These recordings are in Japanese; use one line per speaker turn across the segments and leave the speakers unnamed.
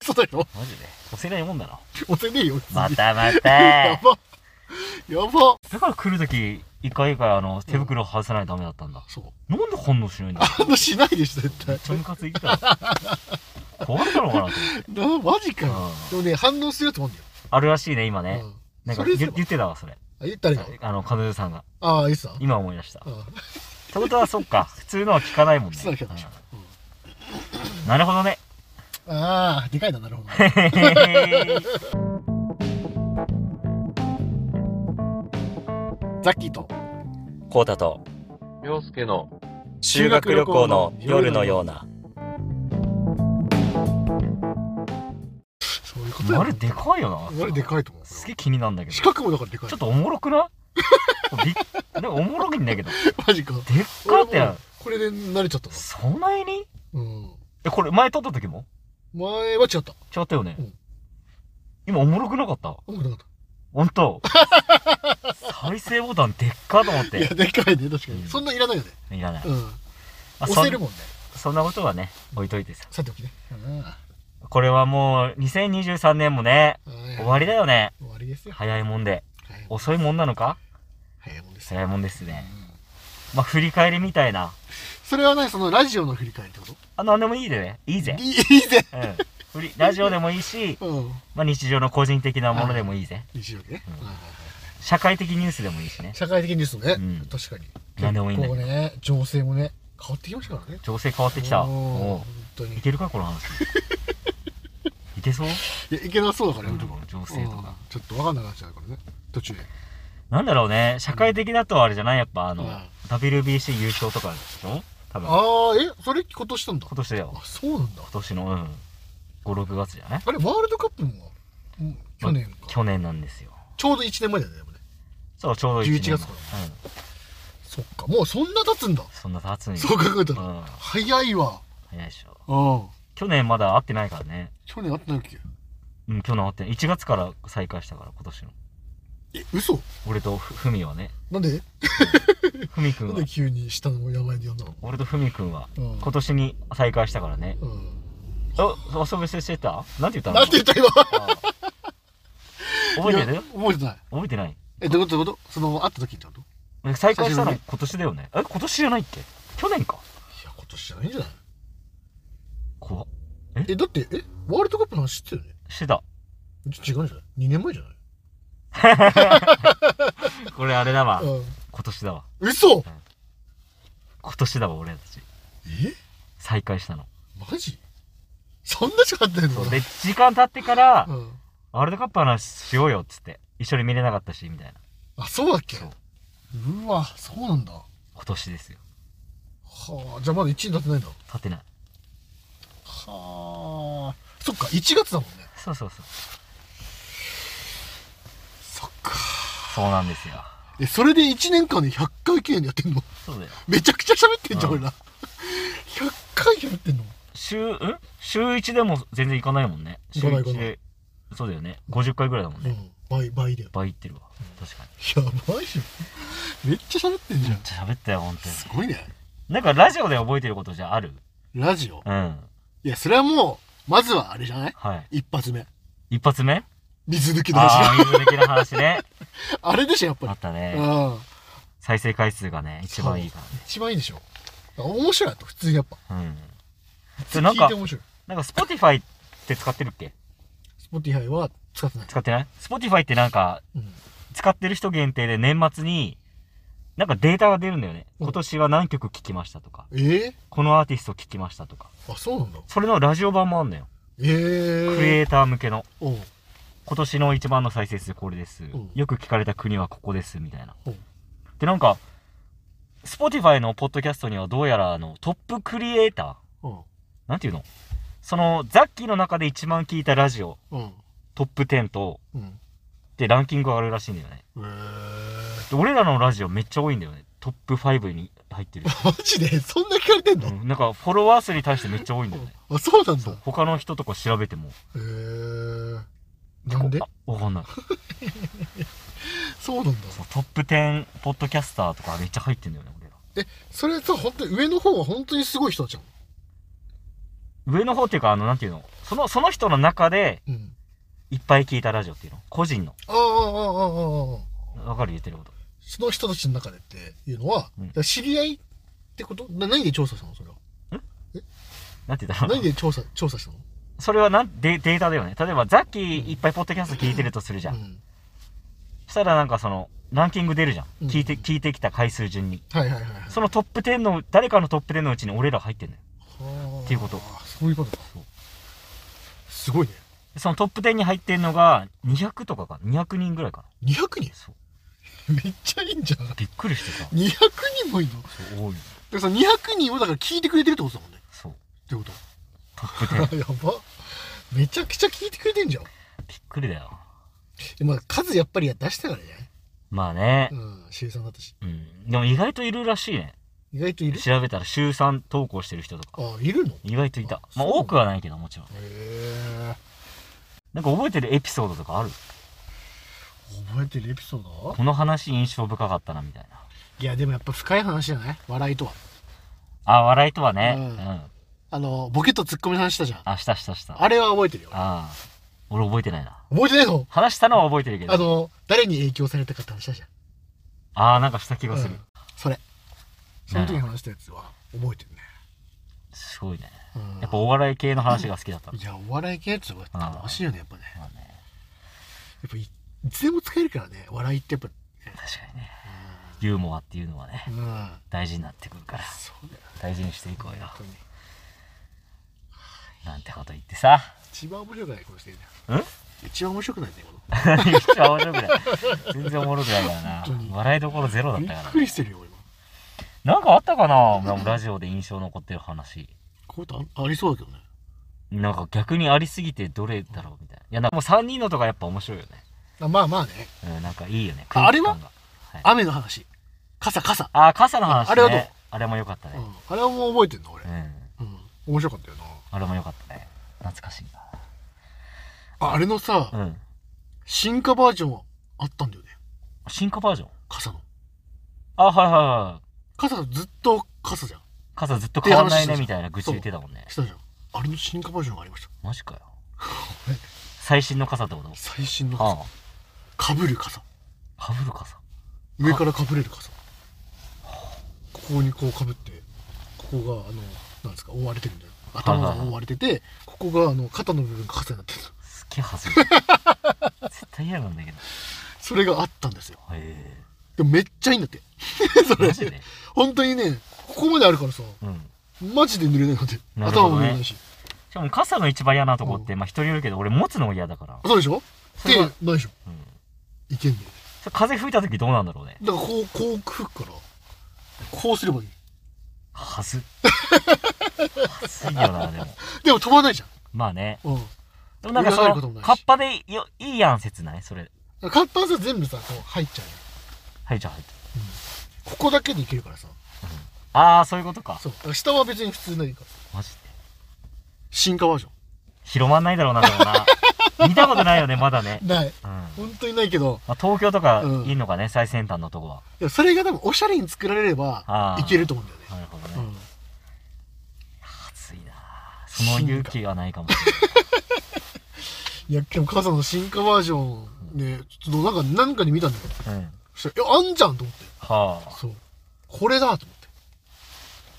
当だよ。
マジで押せないもん だな。
押せねえよ。別に
またま
や
た。
ば。やば。
だから来るとき、一回一回あの、手袋外さないとダメだったんだ。
そう。
なんで反応しないんだ
あの、しないでしょ、絶対
めっ。ちゃムカつい てた。壊れたのかなと思って。
なマジかよ
うん
でもね、反応すると思うんだよ。
あるらしいね、今ね。
うん
なんか
それ
言
でも
言ってたわ、それ。
あ、言ったらいいの
あの、彼女さんが。
ああ、いいっすな。
今思い出した。っ
うん
てことは、そっか。普通のは聞かないもんね。
普通のは聞かない
うんなるほ どね。
ああ、でかいな、なるほ ど。ザッキーと。
こうたと、
洋介の
修学旅行の夜のような。
そういうことや
あれでかいよな。
あれでかいと思う。
すげえ気になるんだけど。
四
ちょ
角もだからでかい。
っとおもろくないびっでもおもろいん だけど。で
マジか。
っかって
俺
な
も。これで慣れちゃったな。
そないに
うん。
え、これ前撮った時も
前は違った。
違ったよね
うん。
今おもろくなかった
重くなかっ。
ほんと再生ボタンでっかと思ったて。
いや、でかいね、確か
う
に。
ん
そんないらないよね。
いらない。
うん。
あそ
押
ん
せるもんね。
そんなことはね、置いといてさ。
さておきね。うん
これはもう、2023年もね、
はい
終わりだよね。
終わりですよ。
早いもんで。
早いもん
遅いもんなのか
早いもんですよ。
早いもんですね。
うん
まあ、振り返りみたいな。
それはね、そのラジオの振り返りってこと
あ、なんでもいいでね。いいぜ。
いいいいぜ。
うん。振り、ラジオでもいいし、
うん。
まあ、日常の個人的なものでもいいぜ。
いいしよね。はいはいはい
社会的ニュースでもいいしね。
社会的ニュースもね
うん、
確かに。
なんでもいいんだけど
結構ね、情勢もね、変わってきましたからね。
情勢変わってきた。
うん
お
本当
う
に。
い
い
けるかこの 話。いけそう
や、いけなそうだから、
う
や
ん
めとこう
情勢と
うん
か。
ちょっとわかんなくなっちゃうからね。途中で。
なんだろうね。社会的だとあれじゃないやっぱあの、
うん
WBC 優勝とかでしょ多分。今
あー、え、それ今年なんだ。
年だよ。
あ、そうなんだ。
今年の、うん、5、6月じゃない
あれ、ワールドカップも、うん去年か。
去年なんですよ。
ちょうど1年前だよね、でもね。
そう、ちょうど
11月か
前うん。
そっか、もうそんな経つんだ。
そんな経つんよ。
そう考えた
う
ら。
ん。
早いわ。
早いでしょ。
うん。
去年まだ会ってないからね。
去年あったんだっけ
うん、去年会ってない。1月から再開したから、今年の。
え、嘘
俺とふふみはね。
なんで
ふみく
なんん
は
で。急に下の名前で呼んだの
俺とふみくんは、
うん
今年に再開したからね。
うん。
お、遊びせしてたなんて言ったの
なんて言った今
あ覚えて
いや
る
覚えてない。
覚えてない
え、どういうことどういうことその、会った時ってことい
え再開したの
久し
今年だよね。え、今年じゃないっけ去年か。
や、今年じゃないんじゃない
怖っ
え、だって、え、ワールドカップの話してたよね
してた。
ちょ違うんじゃない ?2 年前じゃない
これあれだわ。
うん。
今年だわ。
嘘
今年だわ、俺たち。
え
再開したの。
マジそんなしかってんの
で、時間経ってから
う、ん。
ワールドカップの話しようよっつって。一緒に見れなかったし、みたいな。
あ、そうだっけ
そう
うわ、そうなんだ。
今年ですよ。
はあ、じゃあまだ1位になってないんだ。
経ってない。
はあ。そっか、1月だもんね。
そうそうそう。
そっか。
そうなんですよ。
え、それで1年間で100回記念でやってんの
そうだよ。
めちゃくちゃ喋ってんじゃん、
うん
俺ら。100回やってんの
週、ん週一でも全然行かないもんね。
行
週
かない
一で。そうだよね。50回ぐらいだもん
う
ね。
ん。倍、倍だよ。
倍行ってるわ。確かに。
やばいじゃん。めっちゃ喋ってんじゃ
めっ
ん。
ちゃ喋ったよ、本当に。
すごいね。
なんかラジオで覚えてることじゃある
ラジオ。
うん。
いや、それはもう、まずはあれじゃない
はい。
一発目。
一発目
水抜きの
ああ、
話。
水抜きの話 ね。
あれでしょ、やっ
あ
ぱ
った
り。
ね。
うん。
再生回数がね、一番いいか
一番いいでしょ。面白いと、普通にやっぱ。
らね。うん。それなん
聞い
か
て、面白い。
なんか Spotify って使ってるっけ
Spotify は使ってない。
使ってない ?Spotify ってなんか、
うん。
使ってる人限定で年末に、なんかデータが出るんだよね。
うん
今年は何曲聴きましたとか、
え
このアーティスト聴きましたとか。
ー、あ、そうなんだ。
それのラジオ版もあんだよ。
えー。
クリエイター向けの。
おう
今年の一番の再生数これです、
ん
よく聞かれた国はここですみたいな、
うん
でなんか Spotify のポッドキャストにはどうやらあのトップクリエイター
うん。
なんていうのそのザッキーの中で一番聞いたラジオ
うん。
トップ10と
うん。
でランキングがあるらしいんだよね
えー。
で俺らのラジオめっちゃ多いんだよねトップ5に入ってる、
マジでそんな聞かれてんの
うん、なんかフォロワー数に対してめっちゃ多いんだよね
あ、そうなんだ。
他の人とか調べても
えー。なんで
あわかんない
そうなんだ。
そうトップ10ポッドキャスターとかめっちゃ入ってんだよね俺ら
え、それさ、本当に上の方は本当にすごい人たちなの
上の方っていうか、あの、なんていうのその、その人の中で
うん。
いっぱい聞いたラジオっていうの個人の。
ああ、ああ、ああ、ああ。
わかる言ってること。
その人たちの中でっていうのは、
うん
だから知り合いってことな何で調査したのそれは。
なんて言ったら
何で調査、調査したの
それはなんデデータだよね。例えば、ザッキーいっぱいポッドキャスト聞いてるとするじゃん。
うん。
そしたらなんかその、ランキング出るじゃん。
うん
聞いて、聞いてきた回数順に。
はいはいはいはい。
そのトップ10の、誰かのトップ10のうちに俺ら入ってんのよ。
はあ
っていうこと。
そういうことか
そう。
すごいね。
そのトップ10に入ってんのが、200とかかな。200人ぐらいか
200
な。
人
そう。
めっちゃいいんじゃん。。
びっくりしてさ
200人もいるのだか
そう、多い。
らその200人をだから聞いてくれてるってことだもんね。
そう。
ってこと。
ト ップ10。
やば。めちゃくちゃ聞いてくれてんじゃん。
びっくりだよ。
でまあ、数やっぱり出したからね。
まあね
う。ん、週3だったし。
うん。でも意外といるらしいね。
意外といる
調べたら週3投稿してる人とか。
あ、いるのへ
意外といた
あ。
まあ
そう
多くはないけど、もちろん。
え。
なんか覚えてるエピソードとかある
覚えてるエピソード
この話印象深かったな、みたいな。
いや、でもやっぱ深い話じゃない笑いとは。
あ、笑いとはね。
う
うんん。
あの、ボケとツッコミの話したじゃん。
あ、したしたした。あ
あれは覚えてるよ。
あ。俺覚えてないな。
覚えてないの
話したのは覚えてるけど。
あ
あ
の、誰に影響されたかって話したじゃん。
あー、なんかした気がする。
うんそれ。その時に話したやつは覚えてるね。
すごいね。
うん
やっぱお笑い系の話が好きだったの。
いや、お笑い系のやつは楽しいよね、やっぱね。
まあね。
やっぱい、いつでも使えるからね、笑いってやっぱ。
確かにね。ユーモアっていうのはね
う、ん。うん
大事になってくるから。
そうだよ。
大事にしていこうよ
本。当に。
なんてこと言って さ。
一番面白くないこのしてるね。
ん
一番面白くないね、こ
何言っちゃ面白くない。全然おもろくないからな
本当に。
笑いどころゼロだ
の。び
ったか
っ
ら
く。りしてるよ、今。
なんかあったかなでもラジオで印象残ってる話。
こういうことあありそうだけどね。
なんか逆にありすぎてどれだろうみたいな。いや、なんかもう3人のとかやっぱ面白いよね。
あまあまあね。
うん、なんかいいよね。
ああれは
空気感がはい、
雨の話。傘、傘。
あ、傘の話、ね。
あれはどう
あれも良かった
う
ね。
ん。あれはもう覚えてんの、俺
う。ん。
うん。面白かったよな。
あれも良かったね。懐かしい
ああれのさ、
な。うん。
進化バージョンはあったんだよね。
進化バージョン
傘の。
あ、はいはいはい。
傘ずっと傘じゃん。
傘ずっと変わんない
っ
ね
て話
みたいな愚痴言ってたもんね。
したじゃん。あれの進化バージョンがありました。
マジかよ。最新の傘ってこと
最新の傘。
は
かぶる傘。
あ、かぶる傘。
上からかぶれる傘。ここにこうかぶって、ここが、あの、なんですか、覆われてるんだよ。頭が覆われてて、ここが、あの、肩の部分が傘になってる。
すっげえは ずい。絶対嫌なんだけど。
それがあったんですよ。
へ
でもめっちゃいいんだって。 そ
え。
れ
マ。ジで
本当にね、ここまであるからさ、
うん。
マジで濡れないので、
なる
頭
ほ
も濡
どね
れないし。
しかも傘の一番嫌なとこって、まあ人によるけど、俺持つのも嫌だから。
そうでしょ
そ
手、
れは
ないでしょ
うん。
いけんだよね。
それ風吹いた時どうなんだろうね。
だからこう、こう吹くから、こうすればいい。
はず。はずいよな、でも。
でも飛ばないじ
まあね。
ゃん。うん。
でもなんかそ
裏返ることもな
の、
いし
カッパでよいいやん説ないそれ。
カッパはさ全部さこう入っちゃうよ
はい、じゃあ入って。
ここだけでいけるからさ
あー、そういうことか。
そうだから下は別に普通のいいから
マジで。
進化バージョ
広まんないだろうな、で もな。見たことないよね、まだね。
ンない
うん。ま
本当にないけど
あ、東京とか
うん
いいのかね、最先端のとこは。
でもそれが多分おしゃれに作られれば
あー
いけると思うんだよね
なるほどね。
うん、
暑いなその勇気がないかもし
いやでも母さんの進化バージョンねちょっとなんかなんかに見たんだけど
れない。うん。
そしたら「いやあんじゃん!」と思って
はあ。
そうこれだと思って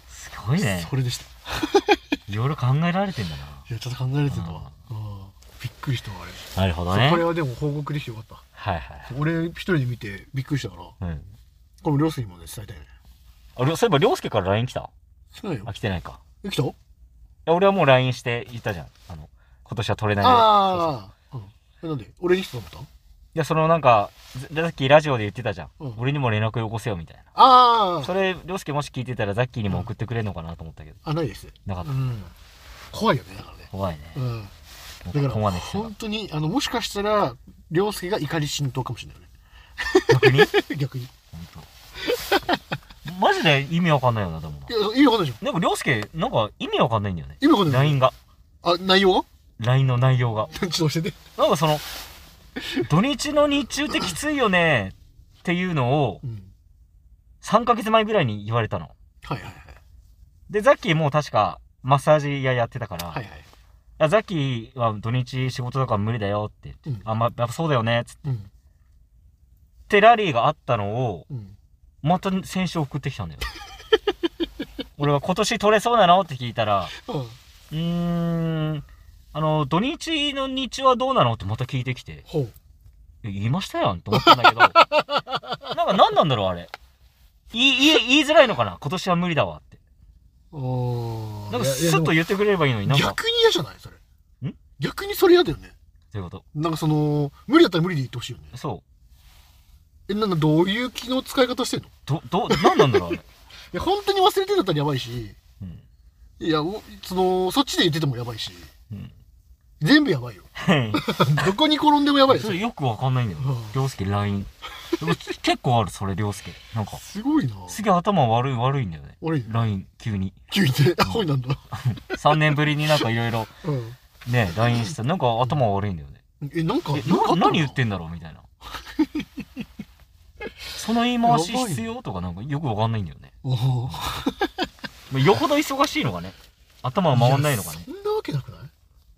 すごいね
そ。れでした
いろいろ考えられてんだな。
いやちょっと考えられてたわうんびっくりしたわあれ
なるほど
そう
ね。
こ
は
れ
い
はでも報告できてよかった
はい。
俺一人で見てびっくりしたからこ
うん。
れも両親にもね伝えたいね
あれ、そういえば、りょうすけから LINE 来た
来てないよ
あ、来てないか。
え来た
いや俺はもう LINE して言ったじゃん。あの、今年は取れないで。そうそう
ああ、うん、えなんで俺に来たと思った
いや、そのなんか、ずさっきラジオで言ってたじゃん。
うん
俺にも連絡よこせよみたいな。
あ
そ
あ
れ、りょうすけもし聞いてたらザッキーにも送ってくれるのかなと思ったけど、
あないです
なかっ
う
た。
ん怖いよねだからね
怖いね。
うん
もう
だ
こ
か
こ
ら
まで来て
本当にあのもしかしたら涼介が怒り浸透かもしれないよ
た。
ね
逆に
逆にい
本当。マジで意味わかんないよな、でもな。
や意味わかんないでしょ
なんかりょうすけ、なんか意味わかんないんだよね。
意味わかんない
LINE が。
あ内容が
LINE の内容が。
ちょっと教えて
なんかその、土日の日中ってきついよねっていうのを
うん
3ヶ月前ぐらいに言われたの。
はいはいはい
で、ザッキーもう確かマッサージ屋やってたから、
はいいはい
やザッキーは土日仕事とか無理だよって言って、
うん
あまあやっぱそうだよねっつっ
うん
てラリーがあったのを
うん
また先週送ってきた んだよ俺は今年取れそうなのって聞いたら
あ
うーんあの土日の日はどうなのってまた聞いてきて
ほう
え言いましたやんと思ったんだけどなんか何なんだろうあれ言い言い言いづらいのかな今年は無理だわって
ああ
なんかスッと言ってくれればいいのになんか
逆に嫌じゃないそれ
ん
逆にそれ嫌だよね
ということ
なんかその無理だったら無理で言ってほしいよね
そ
えなんだどういう機能使い方してんのいう
どど何なんだろうあれ、
や本当に忘れてんだったらやばいし
うん
いやおそのそっちで言っててもやばいし
うん
全部やばいよどこに転んでもやばいで
そ
す
れ
よ
よくわかんないんだよ
うん
涼介 LINE でも結構あるそれ涼介なんか
すごいな
すげえ頭悪い悪いんだよね
悪いね
LINE 急に
急にねアホになんだ
3年ぶりになんかいろいろ
うん
ね LINE してなんか頭悪いんだよね
えなんか
え
なんかあった
な
の
何言ってんだろうみたいな その言い回し必要とかなんかよくわかんないんだよね
おー
まあよほど忙しいのかね頭回んないのかね
やそんなわけなくない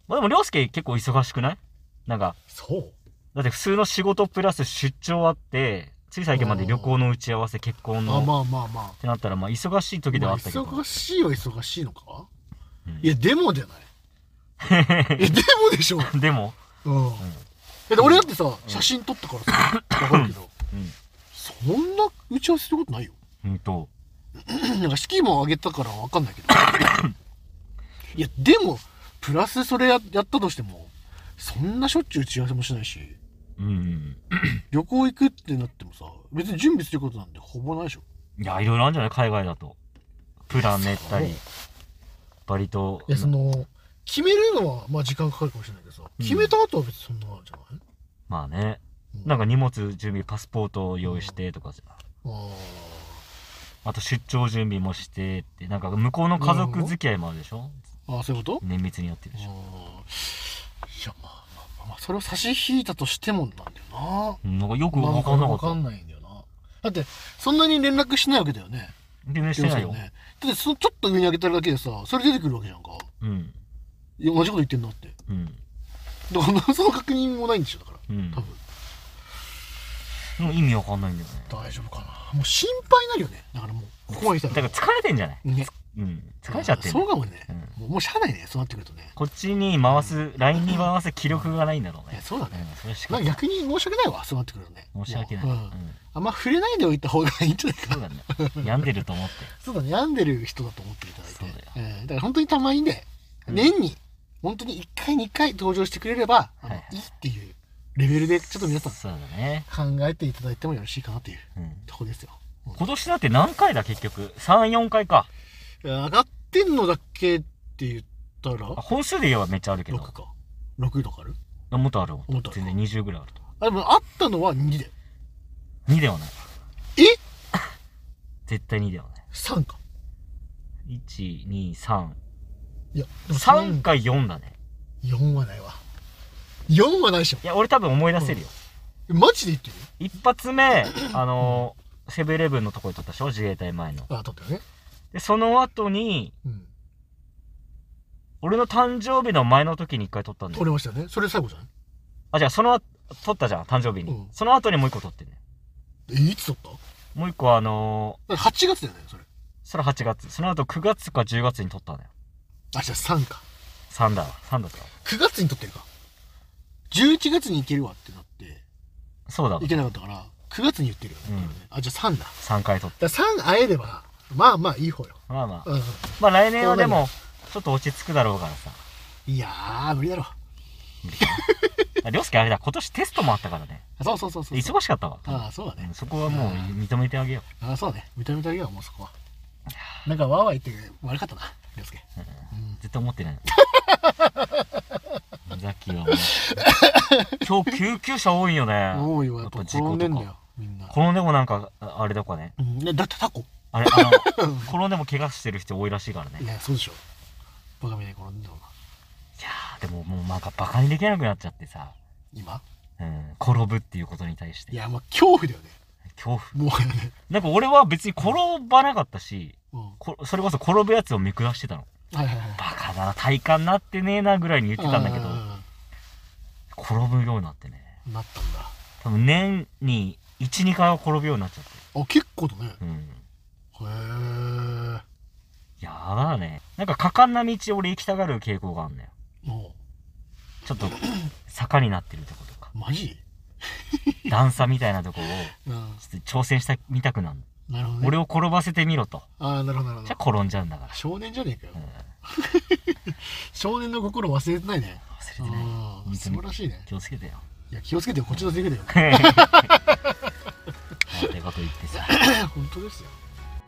まあでも涼介結構忙しくないなんか
そう
だって普通の仕事プラス出張あってつい最近まで旅行の打ち合わせ結婚
あ
の
まあまあまあ
ってなったらまあ忙しい時ではあったけど、
まあ忙しいは忙しいのか、
うん
いやでもじゃないえでもでしょ、
でも、
うん
うん
えで俺だってさ、写真撮ったからさ分かるけ どそんな打ち合わせしたことないよ
うん、うんと
なんか式も上げたから分かんないけど いやでもプラスそれややったとしてもそんなしょっちゅう打ち合わせもしないし
うんうん
旅行行くってなってもさ別に準備することなんてほぼないでしょ
うんいやいろいろあるんじゃない海外だとプラン練ったりバリ島
いやその決めるのはまあ時間かかるかもしれないけどさ、
うん
決めた後は別にそんなのあるんじゃない
まあね
うん
なんか荷物準備パスポートを用意してとかさ
あ
あと出張準備もしてってなんか向こうの家族付き合いもあるでしょ
ーあーそういうこと
綿密にやってる
う
で
ん
し
い
ょ、
やまあまあまあまあそれを差し引いたとしてもなんだよな
うん、なんかよく
まあ
分かんなか
わ
った
かんないんだよなだってそんなに連絡しないわけだよね
全然してない
要す
よ、
るにねだってそのちょっと上に上げてるだけでさそれ出てくるわけじゃんか
うん
いや同じこと言ってんなって
うん
だから その確認もないんでしょだから
うん
多分
でも意味わかんないんだよね
大丈夫かなもう心配になるよねだからもうここまで来
だ
た
からら疲れてんじゃない
ね
うん疲れちゃってんだ
そうかもね
うん
もうもうしゃあないねそうなってくるとね
こっちに回す、ラインに回す気力がないんだろう
いや
ね。
そうだ
う
ね
ん、それしか
まあ逆に申し訳ないわそうなってくるとね
申し訳ない。う
も
ん
ううん、あんま触れないでおいた方がいいんじゃないかな
そう だね。病んでると思って。
そうだね、病んでる人だと思っていただいて。
そうだよ
えーだから本当にたまにね、
うん
年に、本当に1回、2回登場してくれれば、あの
はい
い
はい
いっていうレベルで、ちょっと皆さん
そうだね。
考えていただいてもよろしいかなという
うん。
とこですよ。
今年だって何回だ結局 ?3、4回か。
上がってんのだけって言ったら、
あ本数で言えばめっちゃあるけど。
6か。6とかある
あもっとあるも
も
っ
っ
と
と
あ
あ
る
る
全然20ぐらいあると。
あ、でもあったのは2で。
2ではない。
え
絶対2ではない。
?3 か。
1、2、3。
いや、でも
3か4だね。
4はないわ。4はないでしょ。
いや、俺多分思い出せるよ。
えマジで言ってる
一発目、あのー、セブンイレブンのとこで撮ったでしょ自衛隊前の。
あ、あったんだよね。
で、その後に、
うん。
俺の誕生日の前の時に一回撮ったんだよ
取れましたね。それ最後じゃない
あ、じゃあその後、撮ったじゃん、誕生日に。
うん
その後にもう一個撮ってんね。
え、いつ取っただ
もう一個はあの
って ?8 月だよね、それ。
ー、それ8月。その後9月か10月に撮ったんだよ。
あ、じゃあ3か。
3だわ。3だったわ
9月に撮ってるか11月に行けるわってなって
そうだわ
行。けなかったから9月に言ってるよね、多
うん
分ねあじゃあ3だ
3回撮った。
だ3会えればまあまあいい方よ、
まあまあ。
うん、
まあ来年はで
そうな
も、ちょっと落ち着くだろうから さ。
いやー無理だろ
ありょうすけあれだ、今年テストもあったからね。
そうそうそうそう
忙しかったわ。
ああそうだ
う
ね
んそこはもう認めてあげよ
ああそうだね認めてあげようもうそこはなんかわーわー言って悪かったな涼介
う。うん
うん
絶対 思ってないの。ザキはもう。今日救急車多いよね。
多いわやっぱ転んでんだ
やっぱ事故とか
よみんな、
このでもなんか、ああれだかね。
うん、ねだってタコ
あれ、 あの、転んでも怪我してる人多いらしいからね。い
い
や
やそうでしょバカみたいに転んでたのな
ー、でももうなんかバカにできなくなっちゃってさ、
今
うん、転ぶっていうことに対して。
いやまあ恐怖だよね
恐怖。
もうね、
なんか俺は別に転ばなかったし、
うん、
こそれこそ転ぶやつを見下してたの。
はいはいはい
バカだな、体感なってねえなぐらいに言ってたんだけど、
あ
転ぶようになってね。
ーなったんだ
多分年に1、2回は転ぶようになっちゃっ
あ結構だね
て。うん。
へえ
やばいね。なんか果敢な道俺行きたがる傾向があるんだよ。
も
ちょっと坂になってるとことか、
うマジ
段差みたいなとこを
うん
ちょっと挑戦したみたくなる、
なるほどね
俺を転ばせてみろと。
ああなるほどなるほ
じゃ
ど
あ転んじゃうんだから。
少年じゃねえかよ
うん。
少年の心忘れてないね
忘れてない。
あ
当
あ
に
素晴らしいね
気をつけてよ。
いや気をつけてよこっちのせいだよ
なんてこと言ってさ。
本当ですよ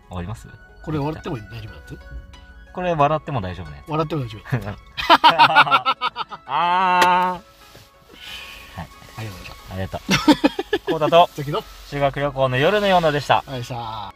終わります
これ笑っても大丈夫だって
これ笑っても大丈夫ね。
笑っても大丈夫
あ
ありがとうございまし
ーありがとう。こうだと
た。だけど、
修学旅行の夜のようなでした。
あいさあ。